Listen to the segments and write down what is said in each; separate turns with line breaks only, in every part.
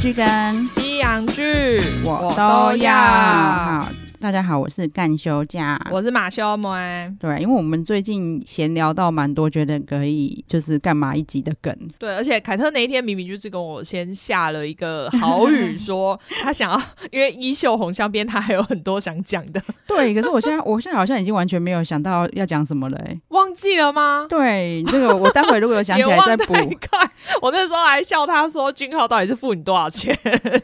剧跟
西洋剧
我都要。好，大家好，我是干休假。
我是马修梅，
对，啊因为我们最近闲聊到蛮多，觉得可以就是干嘛一集的梗，
对，而且凯特那一天明明就是跟我先下了一个好语说，他想要， 因为衣袖红香边，他还有很多想讲的，
对。可是我现在， 我现在好像已经完全没有想到要讲什么了、欸。
忘记了吗？
对，这个我待会如果有想起来
也忘
再补
太。 快，我那时候还笑他说，君浩到底是付你多少钱？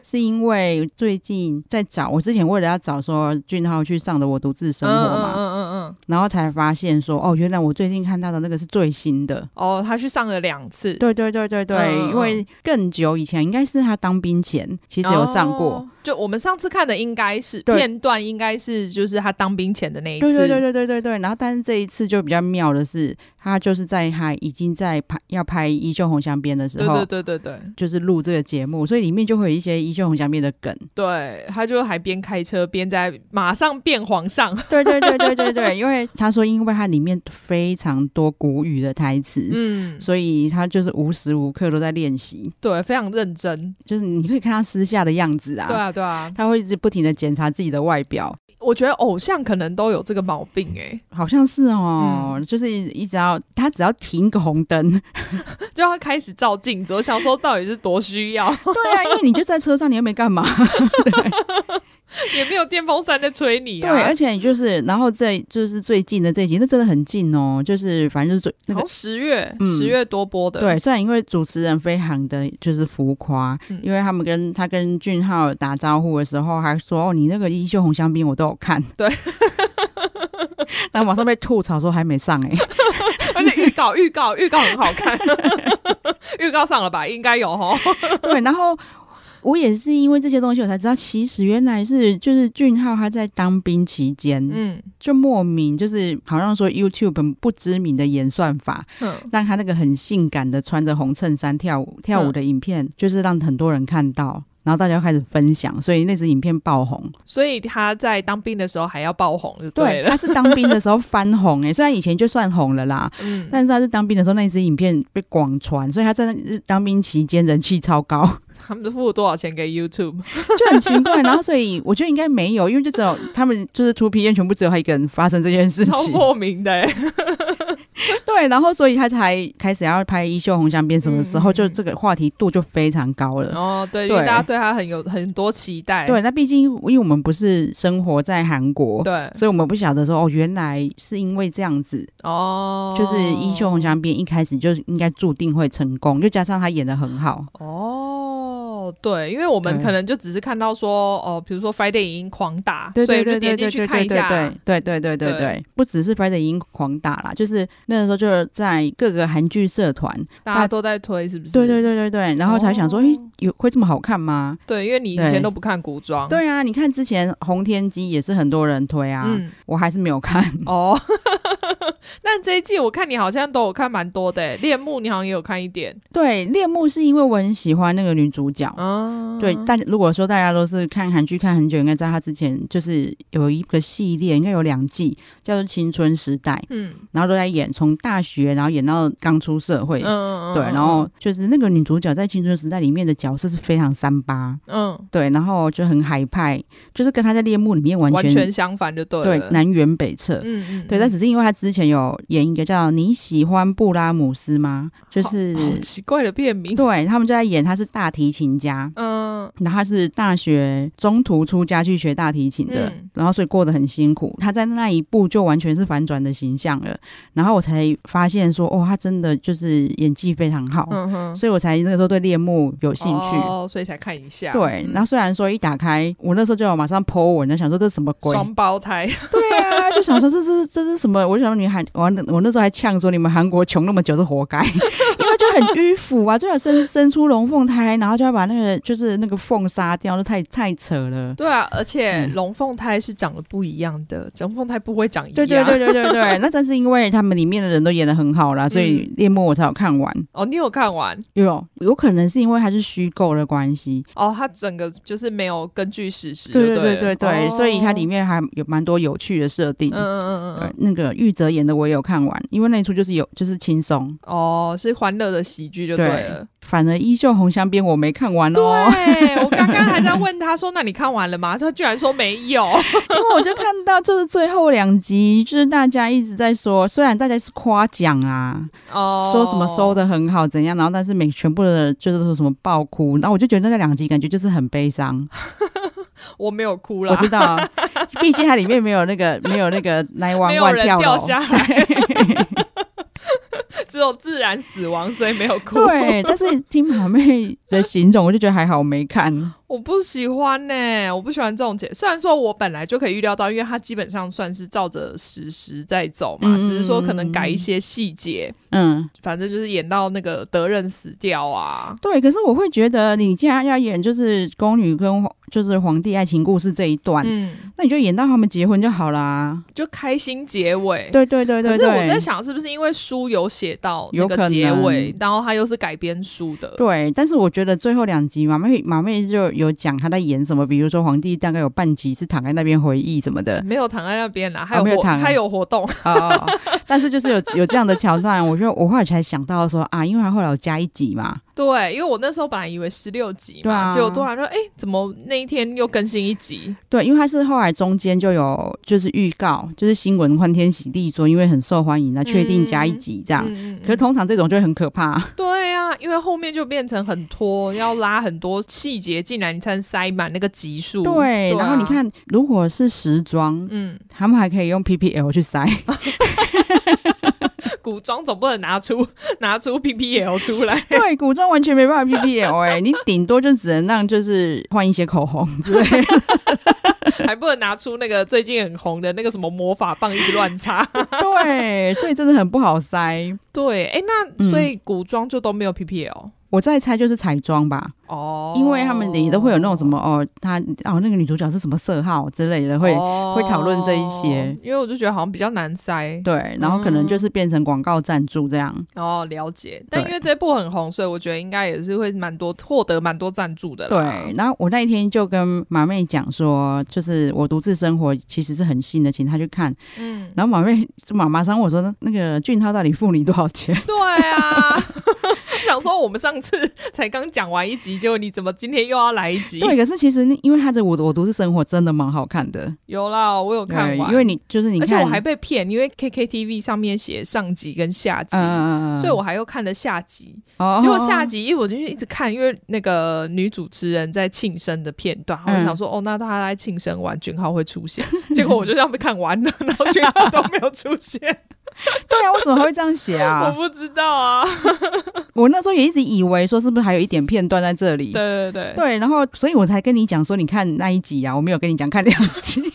是因为最近在找，我之前为了要找说俊浩去上的《我独自生活》嘛，
嗯嗯嗯。
然后才发现说，哦，原来我最近看到的那个是最新的。
哦，他去上了两次，
对对对对对，
嗯嗯嗯
因为更久以前应该是他当兵前，其实有上过。
哦就我们上次看的应该是
对
片段，应该是就是他当兵前的那一
对
次。
对对对对对对，然后但是这一次就比较妙的是，他就是在他已经在拍要拍《衣袖红香边》的时候，
对对对对对
就是录这个节目，所以里面就会有一些《衣袖红香边》的梗。
对，他就还边开车边在马上变皇上。
对对对对对对，因为他说，因为它里面非常多古语的台词，
嗯，
所以他就是无时无刻都在练习，
对，非常认真。
就是你可以看他私下的样子啊，
对啊，对啊，
他会一直不停的检查自己的外表，
我觉得偶像可能都有这个毛病哎、
好像是哦，
嗯
就是一一直要他只要停一个红 灯，
就他开始照镜子，我想说到底是多需要，
对啊，因为你就在车上，你又没干嘛，
也没有电风扇在吹你
对，
啊。
而且你就是，然后这就是最近的这一集，那真的很近哦，就是反正就是最那
好
个
像十月，
嗯
十月多播的，
对，虽然因为主持人非常的就是浮夸，
嗯
因为他们跟他跟俊浩打招呼的时候，还说哦，你那个衣袖红香槟我都有看，
对，
然后马上被吐槽说还没上哎、
而且预告，预告，预告很好 看，预告上了吧？应该有哦。
对，然后。我也是因为这些东西，我才知道，其实原来是就是俊浩他在当兵期间，
嗯
就莫名就是好像说 YouTube 不知名的演算法，
嗯，
让他那个很性感的穿着红衬衫跳舞跳舞的
嗯
影片，就是让很多人看到，然后大家就开始分享，所以那支影片爆红。
所以他在当兵的时候还要爆红就
对，
了。
他是当兵的时候翻红欸诶、虽然以前就算红了啦，
嗯，
但是他是当兵的时候那支影片被广传，所以他在当兵期间人气超高，
他们付了多少钱给 YouTube？
就很奇怪。然后所以我觉得应该没有，因为就只有他们就是出 P 烟，全部只有他一个人发生这件事
超
情。
莫名的、欸，
对，然后所以他才开始要拍《衣袖红香边》，什么时候、
嗯嗯
就
嗯
这个话题度就非常高了。
哦，哎
对
对，因为大家对他很有很多期待，
对，那毕竟因为我们不是生活在韩国，
对，
所以我们不晓得说哦，原来是因为这样子，
哦，
就是衣袖红香边一开始就应该注定会成功，又加上他演的很好，
哦，对，因为我们
对
可能就只是看到说，哦，比如说 Friday 影音狂打，
对
所以
对对
就
对
点进
对
去
对对
看一下
对。对对对对
对
对，不只是 Friday 已经狂打啦，就是那个时候就是在各个韩剧社团，
大家都在推，是不是？
对对对对对，然后才想说，
哦
诶，有会这么好看吗？
对，因为你以
对
前都不看古装，
对啊，你看之前红天机也是很多人推啊，
嗯，
我还是没有看。
哦， 但这一季我看你好像都有看蛮多的欸，恋慕你好像也有看一点，
对，恋慕是因为我很喜欢那个女主角，
嗯，
哦对，大家如果说大家都是看韩剧看很久，应该知道他之前就是有一个系列，应该有两季，叫做《青春时代》，
嗯
然后都在演从大学，然后演到刚出社会。
嗯嗯，
对，
嗯
然后就是那个女主角在《青春时代》里面的角色是非常三八，
嗯，
对，然后就很海派，就是跟她在《恋慕》里面完
嗯
全
完全相反就对
对
了，
南辕北辙。
嗯嗯，
对，
嗯
但只是因为她之前有演一个叫《你喜欢布拉姆斯吗》，就是
好好奇怪的片名，
对他们就在演她是大提琴家，
嗯
然后他是大学中途出家去学大提琴的，
嗯
然后所以过得很辛苦。他在那一步就完全是反转的形象了，然后我才发现说，哦，他真的就是演技非常好，
嗯哼，
所以我才那个时候对恋慕有兴趣。
哦，所以才看一下，
对，
嗯
然后虽然说一打开，我那时候就有马上 Po 文，想说这是什么鬼？
双胞 胎，
对啊，就想说这是这是什么？我就想说你韩，我我那时候还呛说你们韩国穷那么久是活该， 因为就很迂腐啊，就要伸伸出龙凤胎，然后就要把那个就是那个缝杀掉，那太太扯了。
对啊，而且
嗯
龙凤胎是长得不一样的，龙凤胎不会长一样，
对对对对对 对，那但是因为他们里面的人都演的很好啦，所以猎魔我才有看完。
哦，你有看完
嗯有有可能是因为它是虚构的关系，
哦？它整个就是没有根据史实就
对
了，
对对对，
哦
所以它里面还有蛮多有趣的设定。
嗯嗯嗯嗯
对，那个玉泽演的我也有看完，因为那一出就是有就是轻松，
哦，是欢乐的喜剧就对了。
反而《衣袖红香边》我没看完哦，
对，我刚刚还在问他说：“那你看完了吗？”他居然说没有。
因为我就看到就是最后两集，就是大家一直在说，虽然大家是夸奖啊，
哦，
说什么收的很好怎样，然后但是每全部的就是说什么爆哭，然后我就觉得那两集感觉就是很悲伤，
我没有哭
我
啦，
知道，毕竟它里面没有那个没有那个 nine
没
one
有
one
人
跳
掉
楼。
下来， 只有自然死亡，所以没有哭。
对，但是听马妹的形容，我就觉得还好，我没看。
我不喜欢呢、我不喜欢这种节。虽然说我本来就可以预料到，因为它基本上算是照着史实在走嘛，
嗯
只是说可能改一些细节，
嗯，
反正就是演到那个德仁死掉啊。
对。可是我会觉得，你既然要演就是宫女跟皇就是皇帝爱情故事这一段，
嗯，
那你就演到他们结婚就好啦。
就开心结尾。
对对对对
可
对。
是我在，想，是不是因为书有写到那
有可
个
能
结尾，然后它又是改编书的？
对，但是我觉得最后两集马妹马妹就有讲她在演什么，比如说皇帝大概有半集是躺在那边回忆什么的，
没有躺在那边啦，还
哦
有
没有
活，
躺啊
还有活动，
哦， 但是就是有有这样的桥段，我就我后来才想到说啊，因为他后来有加一集嘛，
对，因为我那时候本来以为十六集
对
嘛，
啊
结果突然说，哎、怎么那一天又更新一集？
对，因为他是后来中间就有就是预告，就是新闻欢天喜地说因为很受欢迎，那确定加一集这样。
嗯嗯嗯
可是通常这种就会很可怕，
对啊，因为后面就变成很拖，要拉很多细节进来，你才能塞满那个集数。
对。
啊
然后你，看，如果是时装，
嗯，
他们还可以用 PPL 去塞，
古装总不能拿出拿出 PPL 出来。
对，古装完全没办法 PPL 哎、你顶多就只能让就是换一些口红 之类的。
还不能拿出那个最近很红的那个什么魔法棒一直乱插。
对，所以真的很不好塞。
对，哎、那
嗯
所以古装就都没有 PPL
我再猜就是彩妆吧，
哦
因为他们也都会有那种什么哦，她哦那个女主角是什么色号之类的，会、
哦
会讨论这一些，
因为我就觉得好像比较难塞。
对，然后可
嗯
能就是变成广告赞助这样。
哦，了解。但
对
因为这部很红，所以我觉得应该也是会蛮多获得蛮多赞助的啦。
对，然后我那一天就跟马妹讲说，就是我独自生活其实是很新的，请她去看。
嗯，
然后马妹就马马上问我说，那那个俊涛到底付你多少钱？
对啊， 想说我们上次才刚讲完一集，结果你怎么今天又要来一集？
对，可是其实那因为他的我我独自生活真的蛮好看的，
有啦，我有看
对
完，
因为你就是你
而且
看，
我还被骗，因为 KKTV 上面写上集跟下集。
嗯，哦
所以我还又看了下集，
我
结果下集因为我就一直看，因为那个女主持人在庆生的片段，我
嗯
就想说，哦，那她在庆生完，俊浩会出现，结果我就这样被看完了，然后俊浩都没有出现，
对啊，为什么会这样写
我
啊？
不知道啊，
我那时候也一直以为说是不是还有一点片段在这里，
对对对，
对，然后所以我才跟你讲说，你看那一集啊，我没有跟你讲看两集。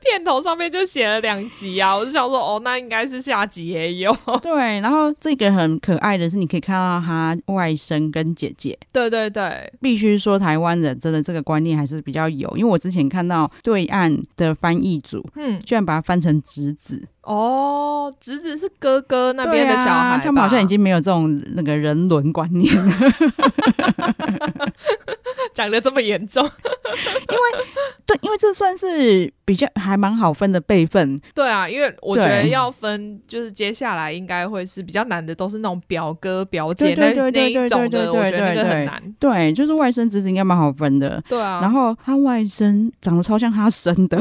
片头上面就写了两集啊，我就想说，哦，那应该是下集也有。
对，然后这个很可爱的是，你可以看到他外甥跟姐姐。
对对对，
必须说，台湾人真的这个观念还是比较有，因为我之前看到对岸的翻译组
嗯，
居然把它翻成侄子，
哦，侄子是哥哥那边的
对啊
小孩吧、
他们好像已经没有这种那个人伦观念了。
讲的这么严重。
对，因为这算是比较还蛮好分的辈分。
对啊，因为我觉得
对
要分，就是接下来应该会是比较难的，都是那种表哥表姐那
对对对
那
对
一种
对
的，
对
我觉得那
对
个
对
很难。
对，就是外甥侄子应该蛮好分的。
对啊，
然后他外甥长得超像他生 的，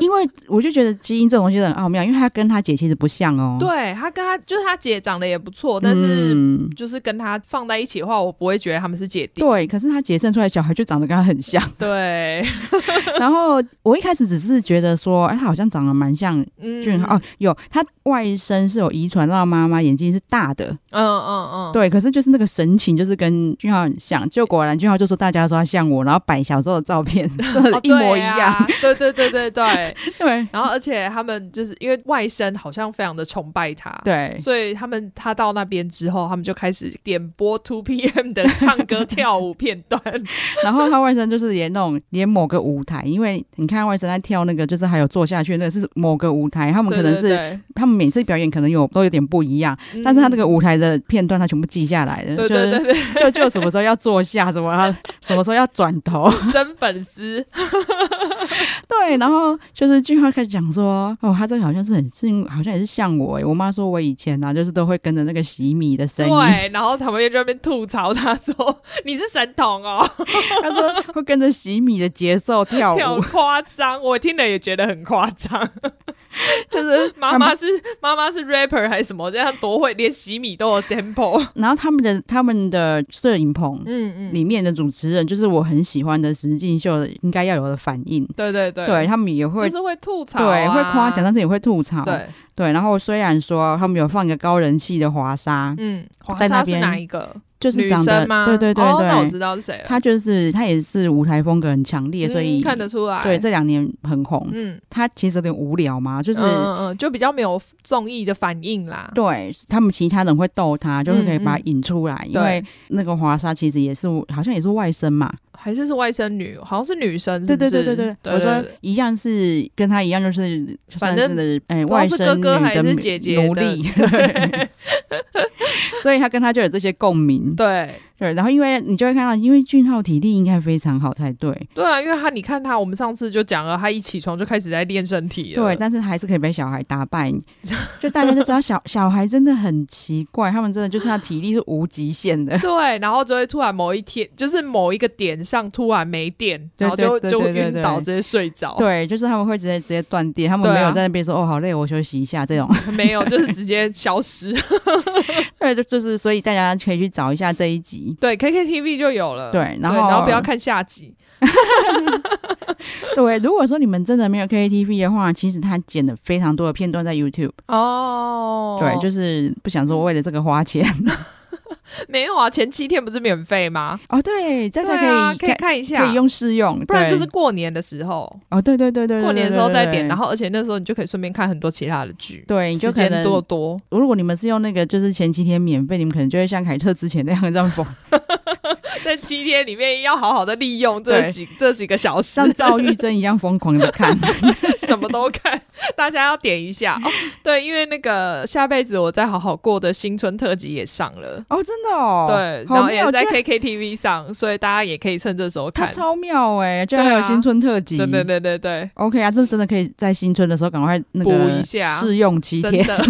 因为我就觉得基因这种东西很奥妙，因为他跟他姐其实不像哦。
对他跟他就是他姐长得也不
嗯，
错，但是就是跟他放在一起的话，我不会觉得他们是姐弟。
对，可是他姐生出来小孩就长得跟他很 像。
对，
然后我一开始只是觉得说，哎，他好像长得蛮像
嗯
俊浩、哦，有他外甥是有遗传到妈妈眼睛是大的，
嗯嗯嗯，
对，可是就是那个神情就是跟俊浩很像，就果然俊浩就说大家说他像我，然后摆小时候的照片， 真的
哦，
一模
对
一样
啊， 对对对 对对。
对
然后，而且他们就是因为外甥好像非常的崇拜他，，
对。
所以他们他到那边之后，他们就开始点播 Two PM 的唱歌跳舞片段。
然后他外甥就是连那种连某个舞台，因为你看外甥在跳那个，就是还有坐下去那个是某个舞台，他们 可能是
对对对
他们每次表演可能有都有点不一样，
嗯
但是他那个舞台的片段他全部记下来了，
对嗯对对对，
就是就就什么时候要坐下， 什么什么时候要转头，
真粉丝，
对，然后就是俊浩开始讲说，哦，他这个好像是很是因为好像也是像我欸，我妈说我以前啊，就是都会跟着那个洗米的声音，
对，然后他们就在那边吐槽他说：“你是神童哦，
她说会跟着洗米的节奏跳
跳
舞，
夸张。”我听了也觉得很夸张。
就是
妈妈是妈妈是 rapper 还是什么？这样多会，连洗米都有 tempo。
然后他们的他们的摄影棚
嗯
里面的主持人，就是我很喜欢的石进秀的应该要有的反应，
对对对，
对他们也会、
就是会吐槽、啊
对会夸奖，，但是也会吐槽，
对，
对然后虽然说他们有放一个高人气的华莎，
嗯，华
在
莎
那
是
边
哪一个？
就
女
是长得
生吗？
对对对
哦，那我
对，
知道是谁了。
她就是她也是舞台风格很强烈，所以、
嗯看得出来，
对这两年很红。
嗯，
她其实有点无聊嘛，就是。
嗯嗯嗯，就比较没有综艺的反应啦。
对他们其他人会逗她，就是可以把她
嗯
引出来，因
对
为那个华莎其实也是好像也是外甥嘛，
还是是外甥女，好像是女生，是
对
不
对
是
对对对，我说一样是跟他一样，就是
反
算
正
是哎
不知道
外
是
甥
哥
女
哥还
的
是
奴
姐姐
奴
的
隶，对所以他跟他就有这些共鸣。
对
对，然后因为你就会看到，因为俊浩体力应该非常好才对，
对啊，因为他你看他，我们上次就讲了，他一起床就开始在练身体了。
对，但是还是可以被小孩打败。就大家就知道小小孩真的很奇怪，他们真的就是他体力是无极限的。
对，然后就会突然某一天，就是某一个点上突然没电，
对
然后就
对对
就
对对
晕倒，
对
直接睡着。
对，就是他们会直接直接断电，他们
哦对
没有
啊
在那边说、哦好累，我休息一下这 种。
没有，就是直接消失。
对，就就是所以大家可以去找一下这一集。
对，KKTV 就有了。
对，然
然
后
然后不要看下集。
对，如果说你们真的没有 KTV 的话，其实他剪了非常多的片段在 YouTube、
哦嗯
对，就是不想说为了这个花钱
没有啊，前七天不是免费吗？
哦。对，大家可
对啊
以
可以
看、
看一下，
可以用试用，
不然
对
就是过年的时候，
哦，对对对对，对
过年的时候再点，然
后
后而且那时候你就可以顺便看很多其他的剧，
对，你就
时
可
间
能
多多。
如果你们是用那个就是前七天免费，你们可能就会像凯特之前那样这样 疯，
在七天里面要好好的利用这
对
几这几个小时，
像赵玉珍一样疯狂的看。
什么都看， 大家要点一下哦。对，因为那个下辈子我再好好过的新春特辑也上了。
哦，真的哦，
对，
好
然后
妙
也在
居然
KKTV 上，所以大家也可以趁这时候
他
看。
超妙哎、居然还有
对啊
新春特辑，
对对对对对，
OK 啊，这真的可以在新春的时候赶快那
补
个
一下
试用七
真
天。
的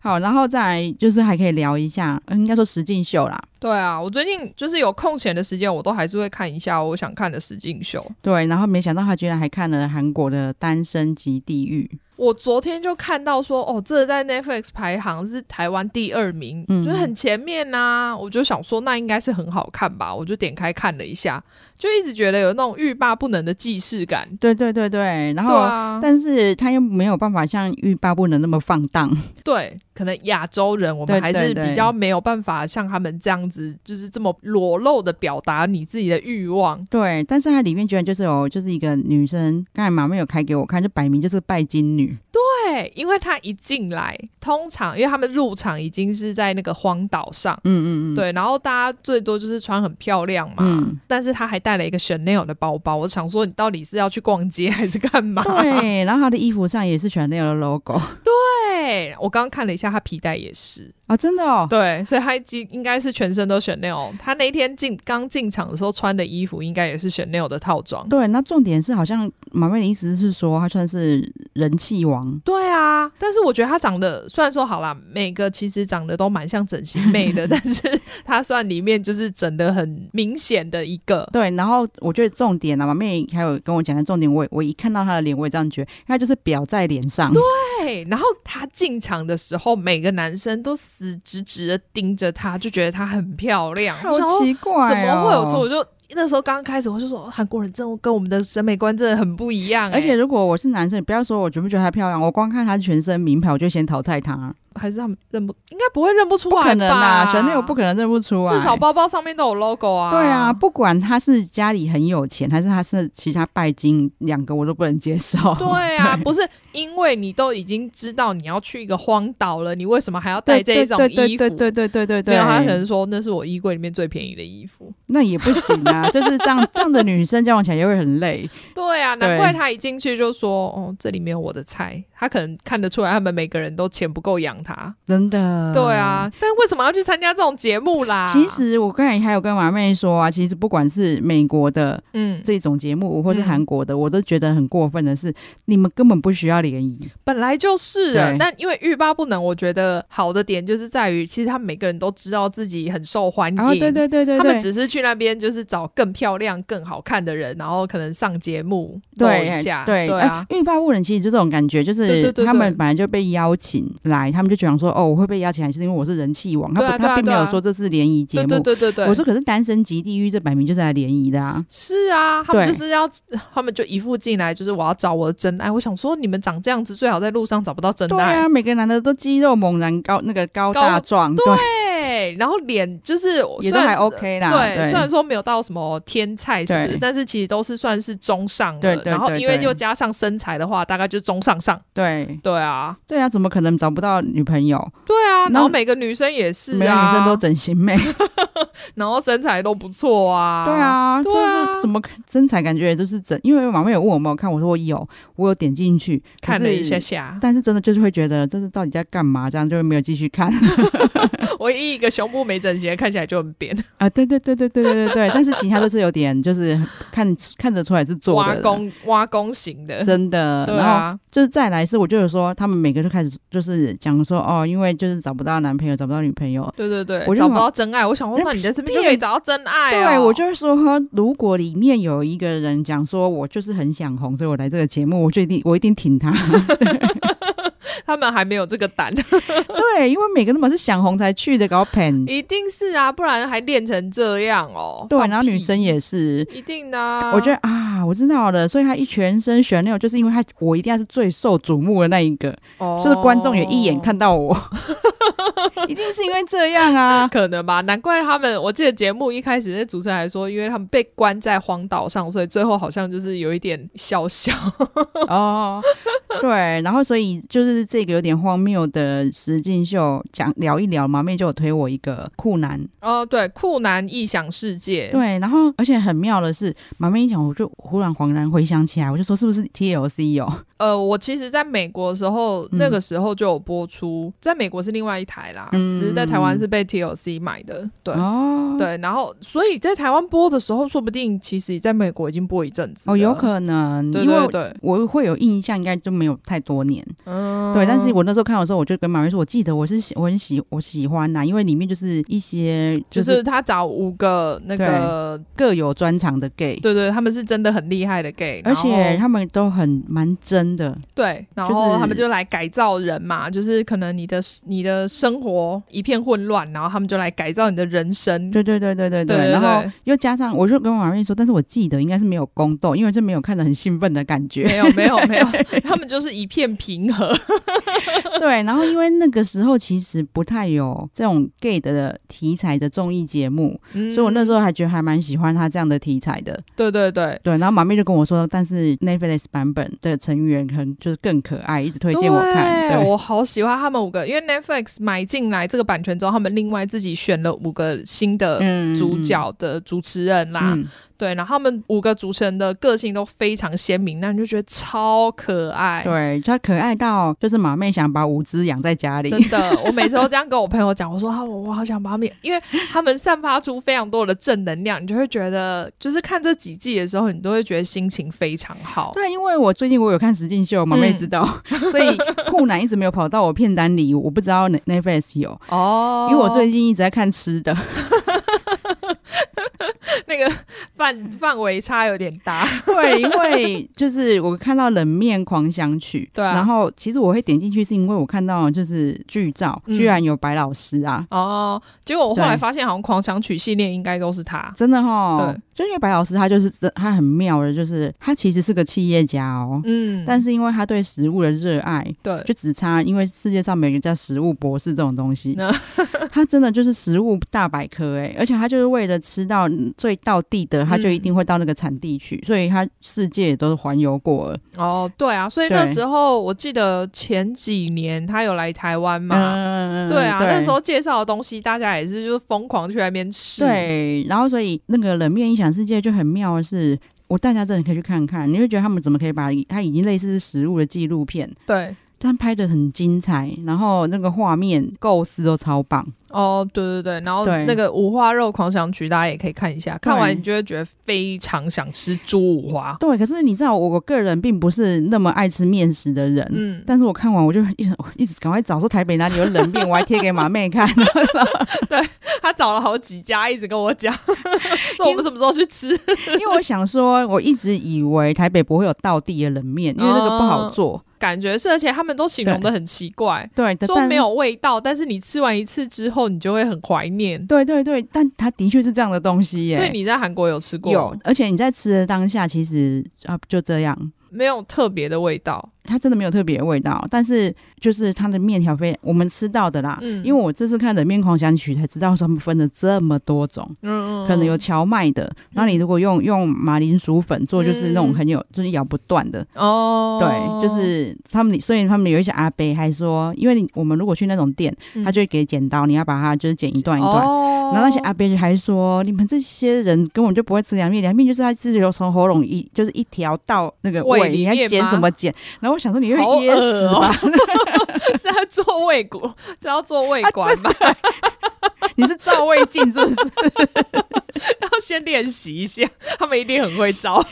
好，然后再来就是还可以聊一下，呃应该说实境秀啦。
对啊！我最近就是有空闲的时间，我都还是会看一下我想看的实境秀。
对，然后没想到他居然还看了韩国的《单身即地狱》。
我昨天就看到说，哦，这在 Netflix 排行是台湾第二名，
嗯
就是很前面呐、我就想说，那应该是很好看吧，我就点开看了一下，就一直觉得有那种欲罢不能的既视感。
对对对对，然
对
后、
啊，
但是他又没有办法像欲罢不能那么放荡。
对，可能亚洲人我
对
们还是
对对
比较没有办法像他们这样子，就是这么裸露的表达你自己的欲望。
对，但是它里面居然就是有就是一个女生，刚才妈妈有开给我看，就摆明就是拜金女。
对，因为他一进来，通常因为他们入场已经是在那个荒岛上。
嗯嗯嗯，
对，然后大家最多就是穿很漂亮嘛，
嗯
但是他还带了一个 Chanel 的包包，我想说你到底是要去逛街还是干嘛？
对，然后她的衣服上也是 Chanel 的 logo
对我刚刚看了一下，他皮带也是，
啊，真的哦。
对，所以他应应该是全身都 Chanel。他那一天进刚进场的时候穿的衣服应该也是 Chanel 的套装。
对，那重点是好像马妹的意思是说，她算是人气王。
对啊，但是我觉得她长得虽然说好啦，每个其实长得都蛮像整形 妹的，但是她算里面就是整的很明显的一个。
对，然后我觉得重点啊，马妹还有跟我讲的重点，我也我一看到她的脸，我也这样觉得，因为她就是表在脸上。
对，然后她进场的时候，每个男生都死直直的盯着她，就觉得她很漂亮。
好
我想说
奇怪、哦，
怎么会有错？我就那时候刚开始我就说哦韩国人真的跟我们的审美观真的很不一样、哎
而且如果我是男生，不要说我觉不觉得她漂亮，我光看她全身名牌，我就先淘汰她。
哎还是他们认不，应该不会认不出
不
来吧？
可能啊，小内我不可能认不出啊。
至少包包上面都有 logo 啊。
对啊，不管她是家里很有钱，还是她是其他拜金，两个我都不能接受。
对啊，不是因为你都已经知道你要去一个荒岛了，你为什么还要带这一种衣服？
对对对对对对对对对，
没有，他可能说那是我衣柜里面最便宜的衣服。
那也不行 啊，就是这样这样的女生交往起来也会很累。
对啊，
对
难怪他一进去就说：“哦，这里没有我的菜。”他可能看得出来，他们每个人都钱不够养他。
真的，
对。啊，但为什么要去参加这种节目啦？
其，实我刚才还有跟马妹说啊，其实不管是美国的
嗯，
这种节目，或是韩国的，我都觉得很过分的是，你们根本不需要联谊。
本来就是啊
对。
但因为欲罢不能，我觉得好的点就是在于，其实他们每个人都知道自己很受欢迎。
然后对对对对
嗯他们
对，
只是去那边就是找更漂亮、更好看的人，然后可能上节目露
对
一下，
对
对啊，
哎欲罢不能，其实就这种感觉，就
对
是
对对对
他们本来就被邀请来，他们就觉得说，哦，我会被邀请来是因为我是人气王，他
对啊
不
对
他
啊
并没
对
有
啊
说这是联谊节
对
目。
对对对对。
我说可是单身级地狱，这摆明就是来联谊的啊。
是啊，他们
对
就是要，他们就一副进来就是我要找我的真爱。我想说，你们长这样子，最好在路上找不到真
对
爱。
啊，每个男的都肌肉猛然高，那个高
高
大壮，对，啊
对，然后脸就是
也
虽
都
然
还
是
OK 啦。
对，虽然
对
说没有到什么天菜什么
对
的，但是其实都是算是中上的。
对对
然后
对
因为
对
又加上身材的话，大概就中上上。
对
对啊，
对啊，怎么可能找不到女朋友？
对啊，
那
然后每个女生也是、啊，
每个女生都整形妹，
然后身材都不错 啊。
对，啊，就
对啊
是怎么身材感觉也就是整，因为马妹有问我有没有看，我说我有，我有点进去
看了一。
可
下
是
下，
但是真的就是会觉得，这是到底在干嘛？这样就会没有继续看
唯一一个胸部没整形，看起来就很扁，
啊！对对对对对对对对。但是其他都是有点，就是看看得出来是 做
挖
的，
工挖工型的。
真的。
对
然后
啊，
就是再来是，我就是说，他们每个就开始就是讲说，哦，因为就是找不到男朋友，找不到女朋友。
对对对，
我就
找
想
不到真爱。我想说，
那
那你在这边就可以找到真爱哦、
对，我就是说，如果里面有一个人讲说，我就是很想红，所以我来这个节目，我就一定我一定挺 他。
他们还没有这个 胆，
对，因为每个那么是想红才去的，搞 喷。
一定是啊，不然还练成这样哦、
对，
放
然后女
屁
生也是，
一定的、啊，
我觉得啊，我知道了，所以他一全身旋钮，就是因为他我一定要是最受瞩目的那一个，
哦
就是观众也一眼看到 我，一定是因为这样啊。
可能吧，难怪他们。我记得节目一开始那主持人还说，因为他们被关在荒岛上，所以最后好像就是有一点笑笑。
哦，对，然后所以就是这个有点荒谬的石进秀讲聊一聊，马妹就有推我一个酷男，
哦，对，酷男异想世界，
对，然后而且很妙的是，马妹一讲，我就忽然恍然回想起来，我就说是不是 TLC 哦？
呃，我其实在美国的时候，
嗯
那个时候就有播出，在美国是另外一台啦，
嗯
只是在台湾是被 TLC 买的，对。
哦，，
对，然后所以在台湾播的时候，说不定其实在美国已经播一阵子了
哦，有可能，
对
因为
对
我
对，
我会有印象，应该就没有太多年。
嗯，
对，但是我那时候看的时候，我就跟马妹说，我记得我是喜我很喜我喜欢呐、因为里面就是一些就
就是
是
他找五个那个，
各有专长的 gay，
对对，他们是真的很厉害的 gay，
而
然
且
后嗯
他们都很蛮真的，
对，然
就是
后他们就来改造人嘛，就是可能你的你的生活一片混乱，然后他们就来改造你的人生，
对对对对对
对对
然后
对
又加上，我就跟马妹说，但是我记得应该是没有宫斗，因为这没有看得很兴奋的感觉。
没有没有没有，他们就是一片平和，
对，然后因为那个时候其实不太有这种 gay 的题材的综艺节目，
嗯
所以我那时候还觉得还蛮喜欢他这样的题材的。
对对对。
对，然后马妹就跟我说，但是 Netflix 版本的成员很就是更可爱，一直推荐我看。对，
我好喜欢他们五个，因为 Netflix 买进来这个版权之后，他们另外自己选了五个新的
嗯
主角的主持人啦，
嗯，
对，然后他们五个主持人的个性都非常鲜明，那你就觉得超可爱，
对，她可爱到就是马妹想把五只养在家里。
真的，我每次都这样跟我朋友讲，我说啊，我我好想把他们，因为他们散发出非常多的正能量，你就会觉得，就是看这几季的时候，你都会觉得心情非常好。
对，因为我最近我有看实境秀，马妹
嗯
知道， 所以酷男一直没有跑到我片单里，我不知道 Netflix 有，
哦
因为我最近一直在看吃 的。
那个范范围差有点大，
对，因为就是我看到冷面狂想曲，
对啊
然后其实我会点进去，是因为我看到就是剧照，
嗯
居然有白老师啊，
哦，结果我后来
对
发现，好像狂想曲系列应该都是他。
真的哈
对，
就因为白老师他就是真他很妙的，就是他其实是个企业家哦，
嗯，
但是因为他对食物的热爱，
对
就只差因为世界上没有一个叫食物博士这 种东西
那，
欸他真的就是食物大百科哎、而且他就是为了吃到最到地的，他就
嗯
一定会到那个产地去，所以他世界也都是环游过了。
哦，对啊，所以那
对
时候我记得前几年他有来台湾嘛，
嗯
对啊，那时候介绍的东西大家也是就是疯狂去那边吃，，
对，然后所以那个冷面异想世界就很妙的是。我大家真的可以去看看，你会觉得他们怎么可以把它已经类似是食物的纪录片，
对，
但拍的很精彩，然后那个画面构思都超棒。
哦，对对对，然后
对
那个五花肉狂想曲大家也可以看一下，看完
对
你就会觉得非常想吃猪五花，
对，可是你知道我我个人并不是那么爱吃面食的人，
嗯，
但是我看完我就一直我一直赶快找说台北哪里有冷面，我还贴给马妹 看。
他找了好几家，一直跟我讲，说我们什么时候去吃，
因为我想说，我一直以为台北不会有道地的冷面，
哦
因为那个不好做。
感觉是，而且他们都形容的很奇怪，
对，但
说没。有味道，但是你吃完一次之后，你就会很怀念。
对对对，但它的确是这样的东西耶。
所以你在韩国有吃过？
有，而且你在吃的当下，其实啊就这样，
没有特别的味道？
它真的没有特别的味道，但是就是它的面条非我们吃到的啦。
嗯
因为我这次看冷面狂想曲才知道说他们分了这么多种。
嗯
可能有荞麦的，那你如果用用马铃薯粉做，就是那种
嗯
很有，就是咬不断的，
哦，
对，就是他们，所以他们有一些阿伯还说，因为你我们如果去那种店，
嗯
他就会给剪刀，你要把它就是剪一段一段。
哦
然后那些阿啊伯还说，你们这些人根本就不会吃凉面，凉面就是要吃由从喉咙一就是一条到那个
胃
胃，
里
你还
面
剪
吗
什么剪？然后我想说，你会
好
噎死
恶哦
吧？
是要做胃骨，是要做胃管
啊
吧？
你是照胃镜是不是？
要先练习一下，他们一定很会招。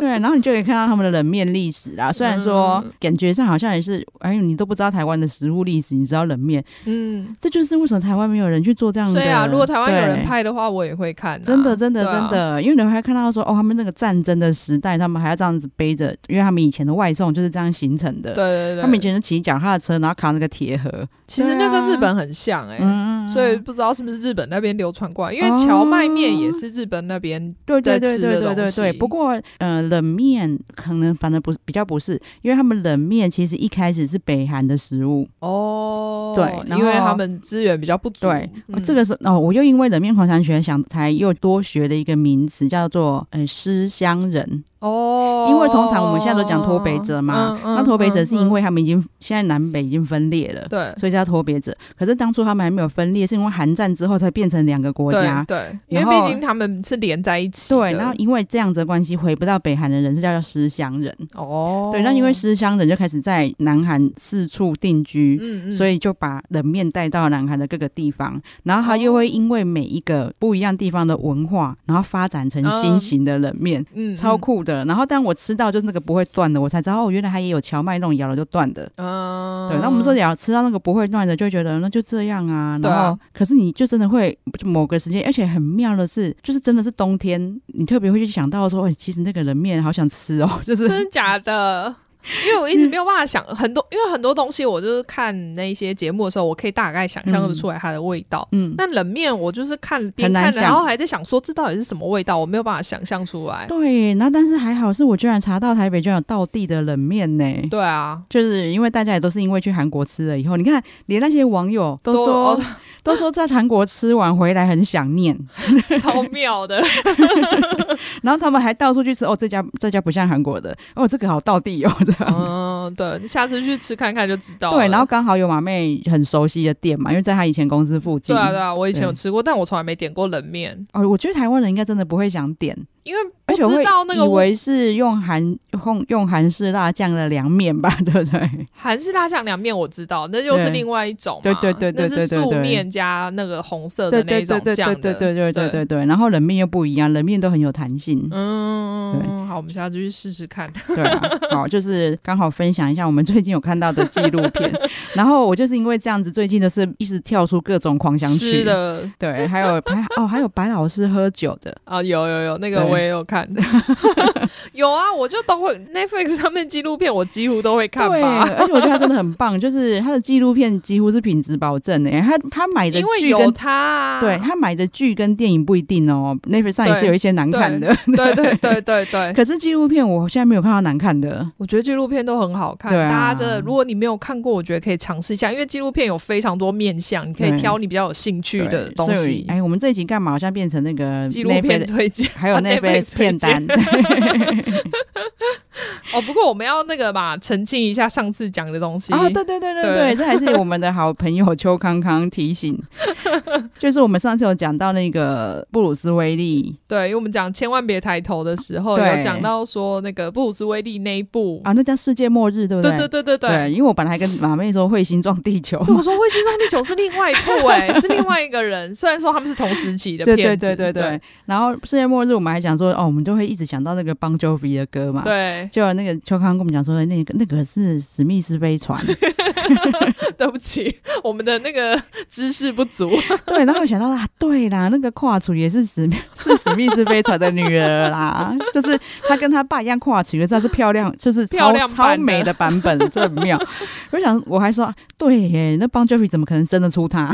对，然后你就可以看到他们的冷面历史啦。虽然说、
嗯
感觉上好像也是，哎呦，你都不知道台湾的食物历史，你知道冷面，
嗯，
这就是为什么台湾没有人去做这样的。
对啊，如果台湾有人
嗯对。
拍的话，我也会看啊、
真的，真的，
对啊
真。的，因为你还看到说，哦，他们那个战争的时代，他们还要这样子背着，因为他们以前的外送就是这样形成的。
对，对对，
他们以前是骑脚踏车，然后扛那个铁盒。
其实那跟日本很像哎、
嗯，哦
所以不知道是不是日本那边流传过来，因为荞麦面也是日本那边，
对对
在
对
吃
对
的
对
东
对
西
对。不过，呃，冷面可能反正不是比较不是，因为他们冷面其实一开始是北韩的食物。
哦，
对然后
因为他们资源比较不足，
对
嗯
哦这个是哦，我又因为冷面狂想学想才又多学了一个名词，叫做呃思乡人。
哦，
因为通常我们现在都讲脱北者嘛，
嗯嗯
那脱北者是因
嗯
为他们已经、现在南北已经分裂了
嗯。对。
所以叫脱北者，可是当初他们还没有分裂，是因为韩战之后才变成两个国
对
家。
对，因为
然后
毕竟他们是连在一起的。
对，然后因为这样子的关系，回不到北韩的人是叫做思乡人。
哦，
对，那因为思乡人就开始在南韩四处定居，
嗯嗯，
所
以
以就把冷面带到南韩的各个地方，然后他又会因为每一个不一样地方的文化，然后发展成新型的冷面，
嗯
超，酷的。然后，但我吃到就是那个不会断的，我才知道哦，原来它也有荞麦那种咬了就断的。
嗯，嗯
对，那我们说也要吃到那个不会断的，就会觉得那就这样啊。
对
然
啊
后，可是你就真的会就某个时间，而且很妙的是，就是真的是冬天，你特别会去想到说，哎、其实那个冷面好想吃哦， 就是
真的假的？因为我一直没有办法想很多，因为很多东西我就是看那些节目的时候，我可以大概想象得出来它的味道。
嗯，
但冷面我就是看边
很难
看，
想
然后还在想说这到底是什么味道，我没有办法想象出来。
对。然后，但是还好是我居然查到台北居然有道地的冷面呢。
对啊，
就是因为大家也都是因为去韩国吃了以后，你看连那些网友都
都
说
哦
都说在韩国吃完回来很想念，
超妙的，
然后他们还到处去吃哦，这家这家不像韩国的，哦这个好道地哦这样。
嗯，对，你下次去吃看看就知道了。
对，然后刚好有马妹很熟悉的店嘛，因为在她以前公司附近。
对啊对啊，我以前有
对
吃过，但我从来没点过冷面，
哦，我觉得台湾人应该真的不会想点，
因为不
而且
知
会
道那
以
个
为是用韩用用韩式辣酱的凉面吧， 对不对？
韩式辣酱凉面，我知道，那又是
对
另外一种嘛，
对对对对对
那是
对
素
对
面加那个红色
对
的
对
那
对
种
对
酱
对
的，
对对对对
对
对对。然后冷面又不一样，冷面都很有弹 性。
嗯，好，我们下次去试试看。
对啊，好，就是刚好分享一下我们最近有看到的纪录 片。然后我就是因为这样子，最近都是一直跳出各种狂想曲
吃。的
对，还有白哦，还有白老师喝酒的，
啊，有有有，那个
对
我也有看， 有啊，我就都会 Netflix 上面纪录片，我几乎都会看
对，啊
吧。
而且我觉得他真的很 棒，就是他的纪录片几乎是品质保证诶、他他买的
因为
剧
有
跟
他、啊，
对他买的剧跟电影不一定哦，Netflix 上也是有一些难看的。
对对对对 对，
可可是纪录片我现在没有看到难看的，
我觉得纪录片都很好看，
对啊
大家真的，如果你没有看过，我觉得可以尝试一下，因为纪录片有非常多面向，你可以
对
挑你比较有兴趣的
对
东
所
西
以。哎，我们这一集干嘛好像变成那个
纪录片
Netflix-
推荐
还有
啊
那
Netflix
份
推
片单，
哦，不过我们要那个吧，澄清一下上次讲的东西
啊，对对对对
对
对，这还是我们的好朋友邱康康提 醒，就是我们上次有讲到那个布鲁斯威利
对因为我们讲千万别抬头的时候，
对
有讲到说那个布鲁斯威利那一部，
啊，那叫世界末日，对不
对对
对
对对对。
因为我本来还跟马妹说彗星撞地球
对，我说《彗星撞地球》是另外一部哎、是另外一个人。 虽然说他们是同时期的
对对
片子，
对对对。然后世界末日，我们还讲说哦，我们就会一直想到那个邦乔维的歌嘛。
对。。对，
结果那个邱康跟我们讲说，那个那个是史密斯飞船，
对不起，我们的那个知识不足。
对，然后我想到啊，对啦，那个跨楚也是史密 是史密斯飞船的女儿啦，就是她跟她爸一样跨楚，可是她是漂 亮，就是超
漂亮版
超
的
美的版本，这很妙。我想我还说，啊对耶，那帮 Jeffrey 怎么可能生得出 她？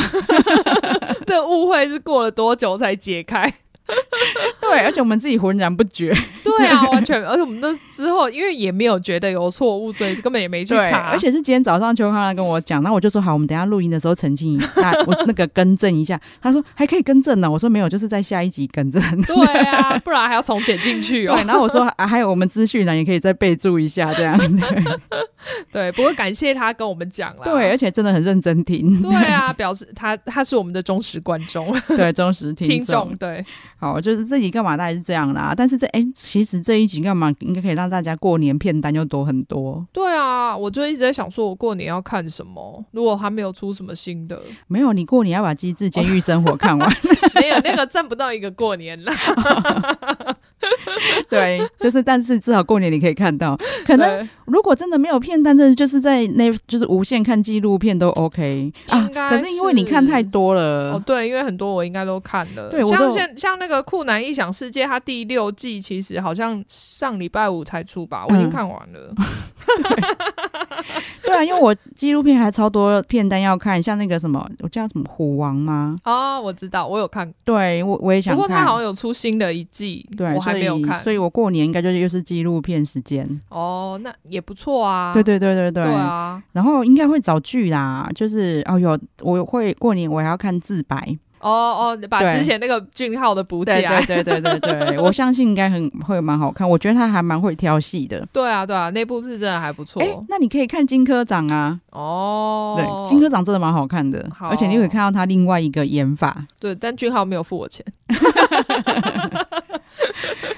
这误会是过了多久才解开？
对，而且我们自己浑然不觉，
对啊，完全，而且我们那之后因为也没有觉得有错误，所以根本也没去查。
而且是今天早上邱康来跟我讲，那我就说好，我们等一下录音的时候澄清一下，我 那个更正一下。他说还可以更正呢，我说没有，就是在下一集更正。
对啊， 不然还要重剪进去哦。
对，然后我说、啊、还有我们资讯呢，也可以再备注一下 这样。对
对，不过感谢他跟我们讲啦。
对，而且真的很认真听。
对啊，表示他他是我们的忠实观众、
对，忠实听
听
众。
众。对，
好，就是这集干嘛大概是这样啦。但是这哎、其实这一集干嘛应该可以让大家过年片单又多很多。
对啊，我就一直在想，说我过年要看什么？如果他没有出什么 新的，
没有，你过年要把《机智监狱生活》看 完。
没有那个挣不到一个过年啦。
对，就是但是至少过年你可以看到。可能
对
如果真的没有片单，真的就是在那就是无限看纪录片都 OK 啊
应。该
可是因为你看太多了，
哦，对，因为很多我应该都看了，
对我都
像
有
现像那个《酷男异想世界》，它第六季其实好像上礼拜五才出吧，我已经
嗯
看完了。
对啊，因为我纪录片还超多片单要看，像那个什么，我叫什么虎王吗？
哦，我知道，我有看，
对我我也想
不
看，
过它好像有出新的一季，
对，
我还没有
所
看
以，。所以我过年应该就是又是纪录片时间。
哦，那也不错啊。
对对对对对，
对啊，
然后应该会找剧啦，就是哦有我会过年我还要看自白，
哦哦，把
对
之前那个俊浩的补起
对
来。
对对对对对， 我相信应该很会蛮好看，我觉得他还蛮会挑戏的。
对啊，对啊，那部是真的还不错
哎、那你可以看金科长啊，
哦
对，。金科长真的蛮好看的，
好
而且你会看到他另外一个演 法，
对，但俊浩没有付我钱。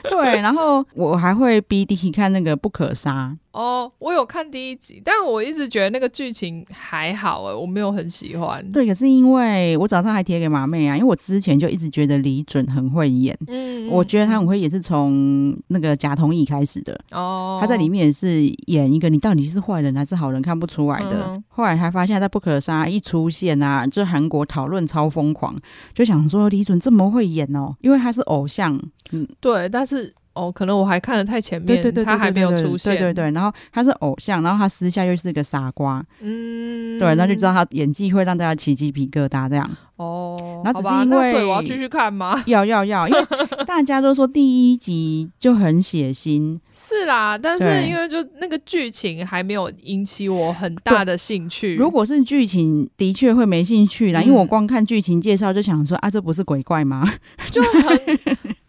对，然后我还会逼弟看那个不可杀，
哦，我有看第一集，但我一直觉得那个剧情还好哎，我没有很喜欢。
对，可是因为我早上还贴给马妹啊，因为我之前就一直觉得李准很会演，
嗯，嗯
我觉得他很会演是从那个假同意开始的，
哦，
他在里面也是演一个你到底是坏人还是好人看不出来的。
嗯哼
后来还发现，在《不可杀》一出现啊，就韩国讨论超疯狂，就想说李准这么会演哦，因为他是偶像，嗯，
对，但是哦，可能我还看的太前面，
对对对对，
他还没有
对对
出现，
对对对，然后他是偶像，然后他私下又是个傻瓜，
嗯，
对，那就知道他演技会让大家起鸡皮疙瘩这样。
哦，
那
好
只
吧
是因
那所以我要
为
继续看吗？
要要要，因为大家都说第一集就很血腥，
是啦，但是
对
因为就那个剧情还没有引起我很大的兴趣，
如果是剧情，的确会没兴趣啦，
嗯
因为我光看剧情介绍就想说啊，这不是鬼怪吗？
就很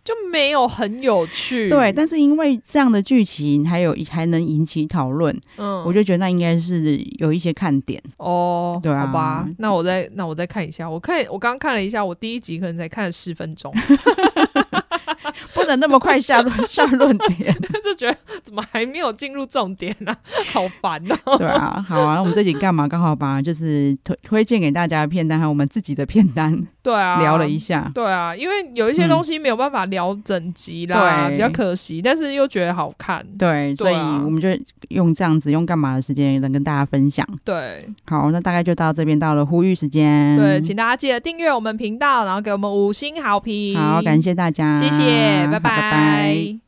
就没有很有趣，
对，但是因为这样的剧情还有还能引起讨论，
嗯，
我就觉得那应该是有一些看点。
哦，
对啊
好吧，那我再那我再看一下，我看我刚看了一下，我第一集可能才看了十 分钟，
不能那么快下 论下论点。
就觉得怎么还没有进入重点呢、 好烦哦。
对啊，好啊，那我们这集干嘛？刚好把就是推推荐给大家的片单，还有我们自己的片单
对啊，
聊了一下。
对啊，因为有一些东西没有办法聊整集
嗯
啦，
对
比较可惜，但是又觉得好看。
对，所
对
以
啊
我们就用这样子，用干嘛的时间能跟大家分享。
对
好，那大概就到这边，到了呼吁时间。
对，请大家记得订阅我们频道，然后给我们五星好评。
好，感谢大家，
谢谢，
好
拜
拜拜。